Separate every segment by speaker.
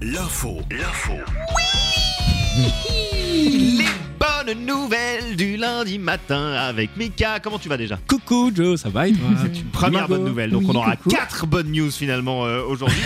Speaker 1: L'info, l'info.
Speaker 2: Les bonnes nouvelles du lundi matin avec Mika. Comment tu vas déjà
Speaker 3: Coucou Joe, ça va et toi
Speaker 2: Première
Speaker 3: Margot.
Speaker 2: bonne nouvelle. Donc
Speaker 3: Oui,
Speaker 2: on aura
Speaker 3: coucou.
Speaker 2: quatre bonnes news finalement euh, aujourd'hui.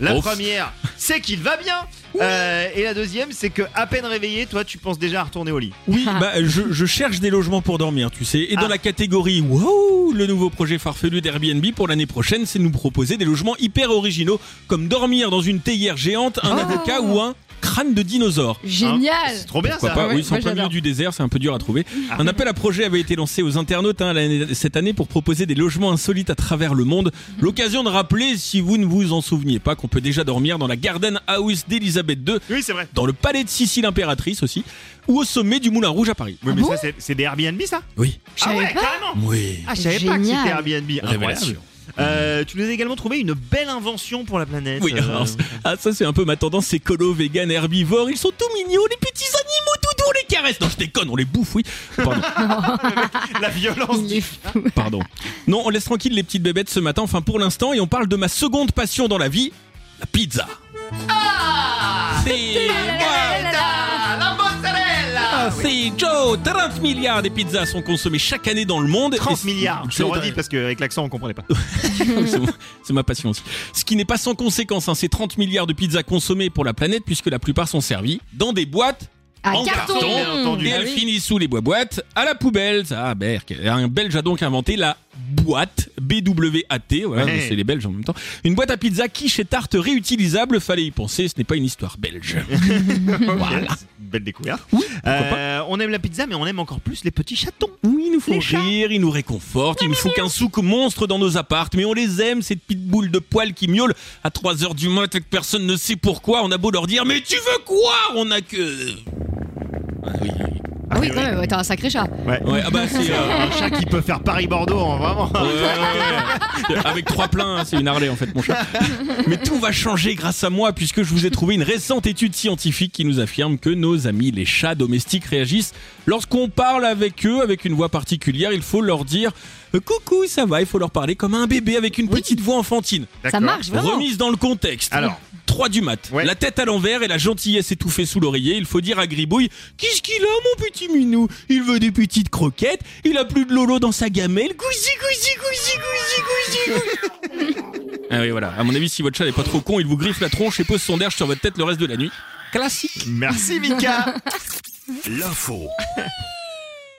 Speaker 2: La première, c'est qu'il va bien. Euh, et la deuxième, c'est que à peine réveillé, toi, tu penses déjà à retourner au lit. Hein
Speaker 3: Oui,
Speaker 4: Ah.
Speaker 3: bah, je, je cherche des logements pour dormir, tu sais. Et dans
Speaker 2: Ah.
Speaker 3: la catégorie Wow, le nouveau projet farfelu d'Airbnb pour l'année prochaine, c'est de nous proposer des logements hyper originaux, comme dormir dans une théière géante,
Speaker 4: Oh.
Speaker 3: un avocat ou un crâne de dinosaure.
Speaker 2: Hein
Speaker 4: Génial
Speaker 2: c'est trop bien
Speaker 3: Pourquoi
Speaker 2: ça.
Speaker 3: pas
Speaker 4: Ouais,
Speaker 3: Oui, c'est
Speaker 4: moi,
Speaker 3: en plein
Speaker 4: j'adore. Ah.
Speaker 3: milieu du désert, c'est un peu dur à trouver. Un appel à projet avait été lancé aux internautes hein, l'année- cette année pour proposer des logements insolites à travers le monde.
Speaker 4: Mm.
Speaker 3: L'occasion de rappeler, si vous ne vous en souveniez pas, qu'on peut déjà dormir dans la Garden House d'Elisabeth II,
Speaker 2: Oui, c'est
Speaker 4: Ah
Speaker 2: vrai.
Speaker 3: dans le palais de Sicile impératrice aussi, ou au sommet du Moulin Rouge à Paris.
Speaker 2: Oui, mais
Speaker 4: bon
Speaker 2: ça, c'est- c'est des Airbnb ça
Speaker 3: Oui.
Speaker 4: Je
Speaker 2: Ah
Speaker 4: savais
Speaker 2: ouais,
Speaker 4: pas.
Speaker 2: carrément.
Speaker 3: Oui.
Speaker 2: Ah, je savais pas que
Speaker 4: Génial.
Speaker 2: c'était Airbnb. Incroyable.
Speaker 3: Révélation.
Speaker 2: Euh, tu nous as également trouvé une belle invention pour la planète.
Speaker 3: Oui,
Speaker 2: Euh,
Speaker 3: alors, ah, ça c'est un peu ma tendance, c'est colo, vegan, herbivore, ils sont tout mignons, les petits animaux, doudou, on les caresse. Non, je déconne, on les bouffe, oui. Pardon.
Speaker 2: la violence.
Speaker 4: Il
Speaker 2: du-
Speaker 4: est fou.
Speaker 3: Pardon. Non, on laisse tranquille les petites bébêtes ce matin, enfin pour l'instant, et on parle de ma seconde passion dans la vie, la pizza. Ah C'est moi
Speaker 2: Ah, la mozzarella.
Speaker 3: C'est Joe 30 milliards de pizzas sont consommées chaque année dans le monde.
Speaker 2: 30
Speaker 3: Et-
Speaker 2: milliards. Je le redis parce qu'avec l'accent, on comprenait pas.
Speaker 3: C'est mon- C'est ma passion aussi. Ce qui n'est pas sans conséquence, hein, c'est 30 milliards de pizzas consommées pour la planète puisque la plupart sont servies dans des boîtes
Speaker 4: À
Speaker 3: En
Speaker 4: carton,
Speaker 3: carton,
Speaker 2: bien entendu. Ah
Speaker 3: et elles finissent sous les bois-boîtes à la poubelle. Ça, ah, Berk. Un Belge a donc inventé la boîte BWAT. Voilà,
Speaker 2: Ouais.
Speaker 3: donc c'est les Belges en même temps. Une boîte à pizza quiche et tarte réutilisable. Fallait y penser, ce n'est pas une histoire belge.
Speaker 2: Voilà. Belle découverte. Euh, on aime la pizza, mais on aime encore plus les petits chatons.
Speaker 3: Oui, ils nous font
Speaker 2: Les chats.
Speaker 3: rire, ils nous réconfortent, ils nous foutent un souk monstre dans nos appartes, mais on les aime, ces petites boules de poils qui miaulent à 3h du matin que personne ne sait pourquoi, on a beau leur dire « Mais tu veux quoi ?» On a que... Ah oui,
Speaker 4: Ah oui,
Speaker 2: A
Speaker 4: quand
Speaker 2: priori.
Speaker 4: même, ouais, t'es un sacré chat.
Speaker 2: Ouais.
Speaker 3: ouais, ah bah c'est... euh,
Speaker 2: Un chat qui peut faire Paris-Bordeaux, hein, vraiment.
Speaker 3: Ouais, ouais, ouais. Avec trois pleins, hein, c'est une Harley en fait, mon chat. Mais tout va changer grâce à moi puisque je vous ai trouvé une récente étude scientifique qui nous affirme que nos amis les chats domestiques réagissent lorsqu'on parle avec eux avec une voix particulière. Il faut leur dire euh, coucou, ça va. Il faut leur parler comme un bébé avec une petite voix enfantine.
Speaker 2: D'accord.
Speaker 4: Ça marche vraiment
Speaker 3: Remise dans le contexte.
Speaker 2: Alors.
Speaker 3: 3 du mat,
Speaker 2: Ouais.
Speaker 3: la tête à l'envers et la gentillesse étouffée sous l'oreiller, il faut dire à Gribouille Qu'est-ce qu'il a, mon petit minou Il veut des petites croquettes, il a plus de lolo dans sa gamelle. Gousi, gousi, gousi, gousi, gousi, gousi. Ah oui, voilà. À mon avis, si votre chat n'est pas trop con, il vous griffe la tronche et pose son derge sur votre tête le reste de la nuit. Classique
Speaker 2: Merci, Mika.
Speaker 1: L'info,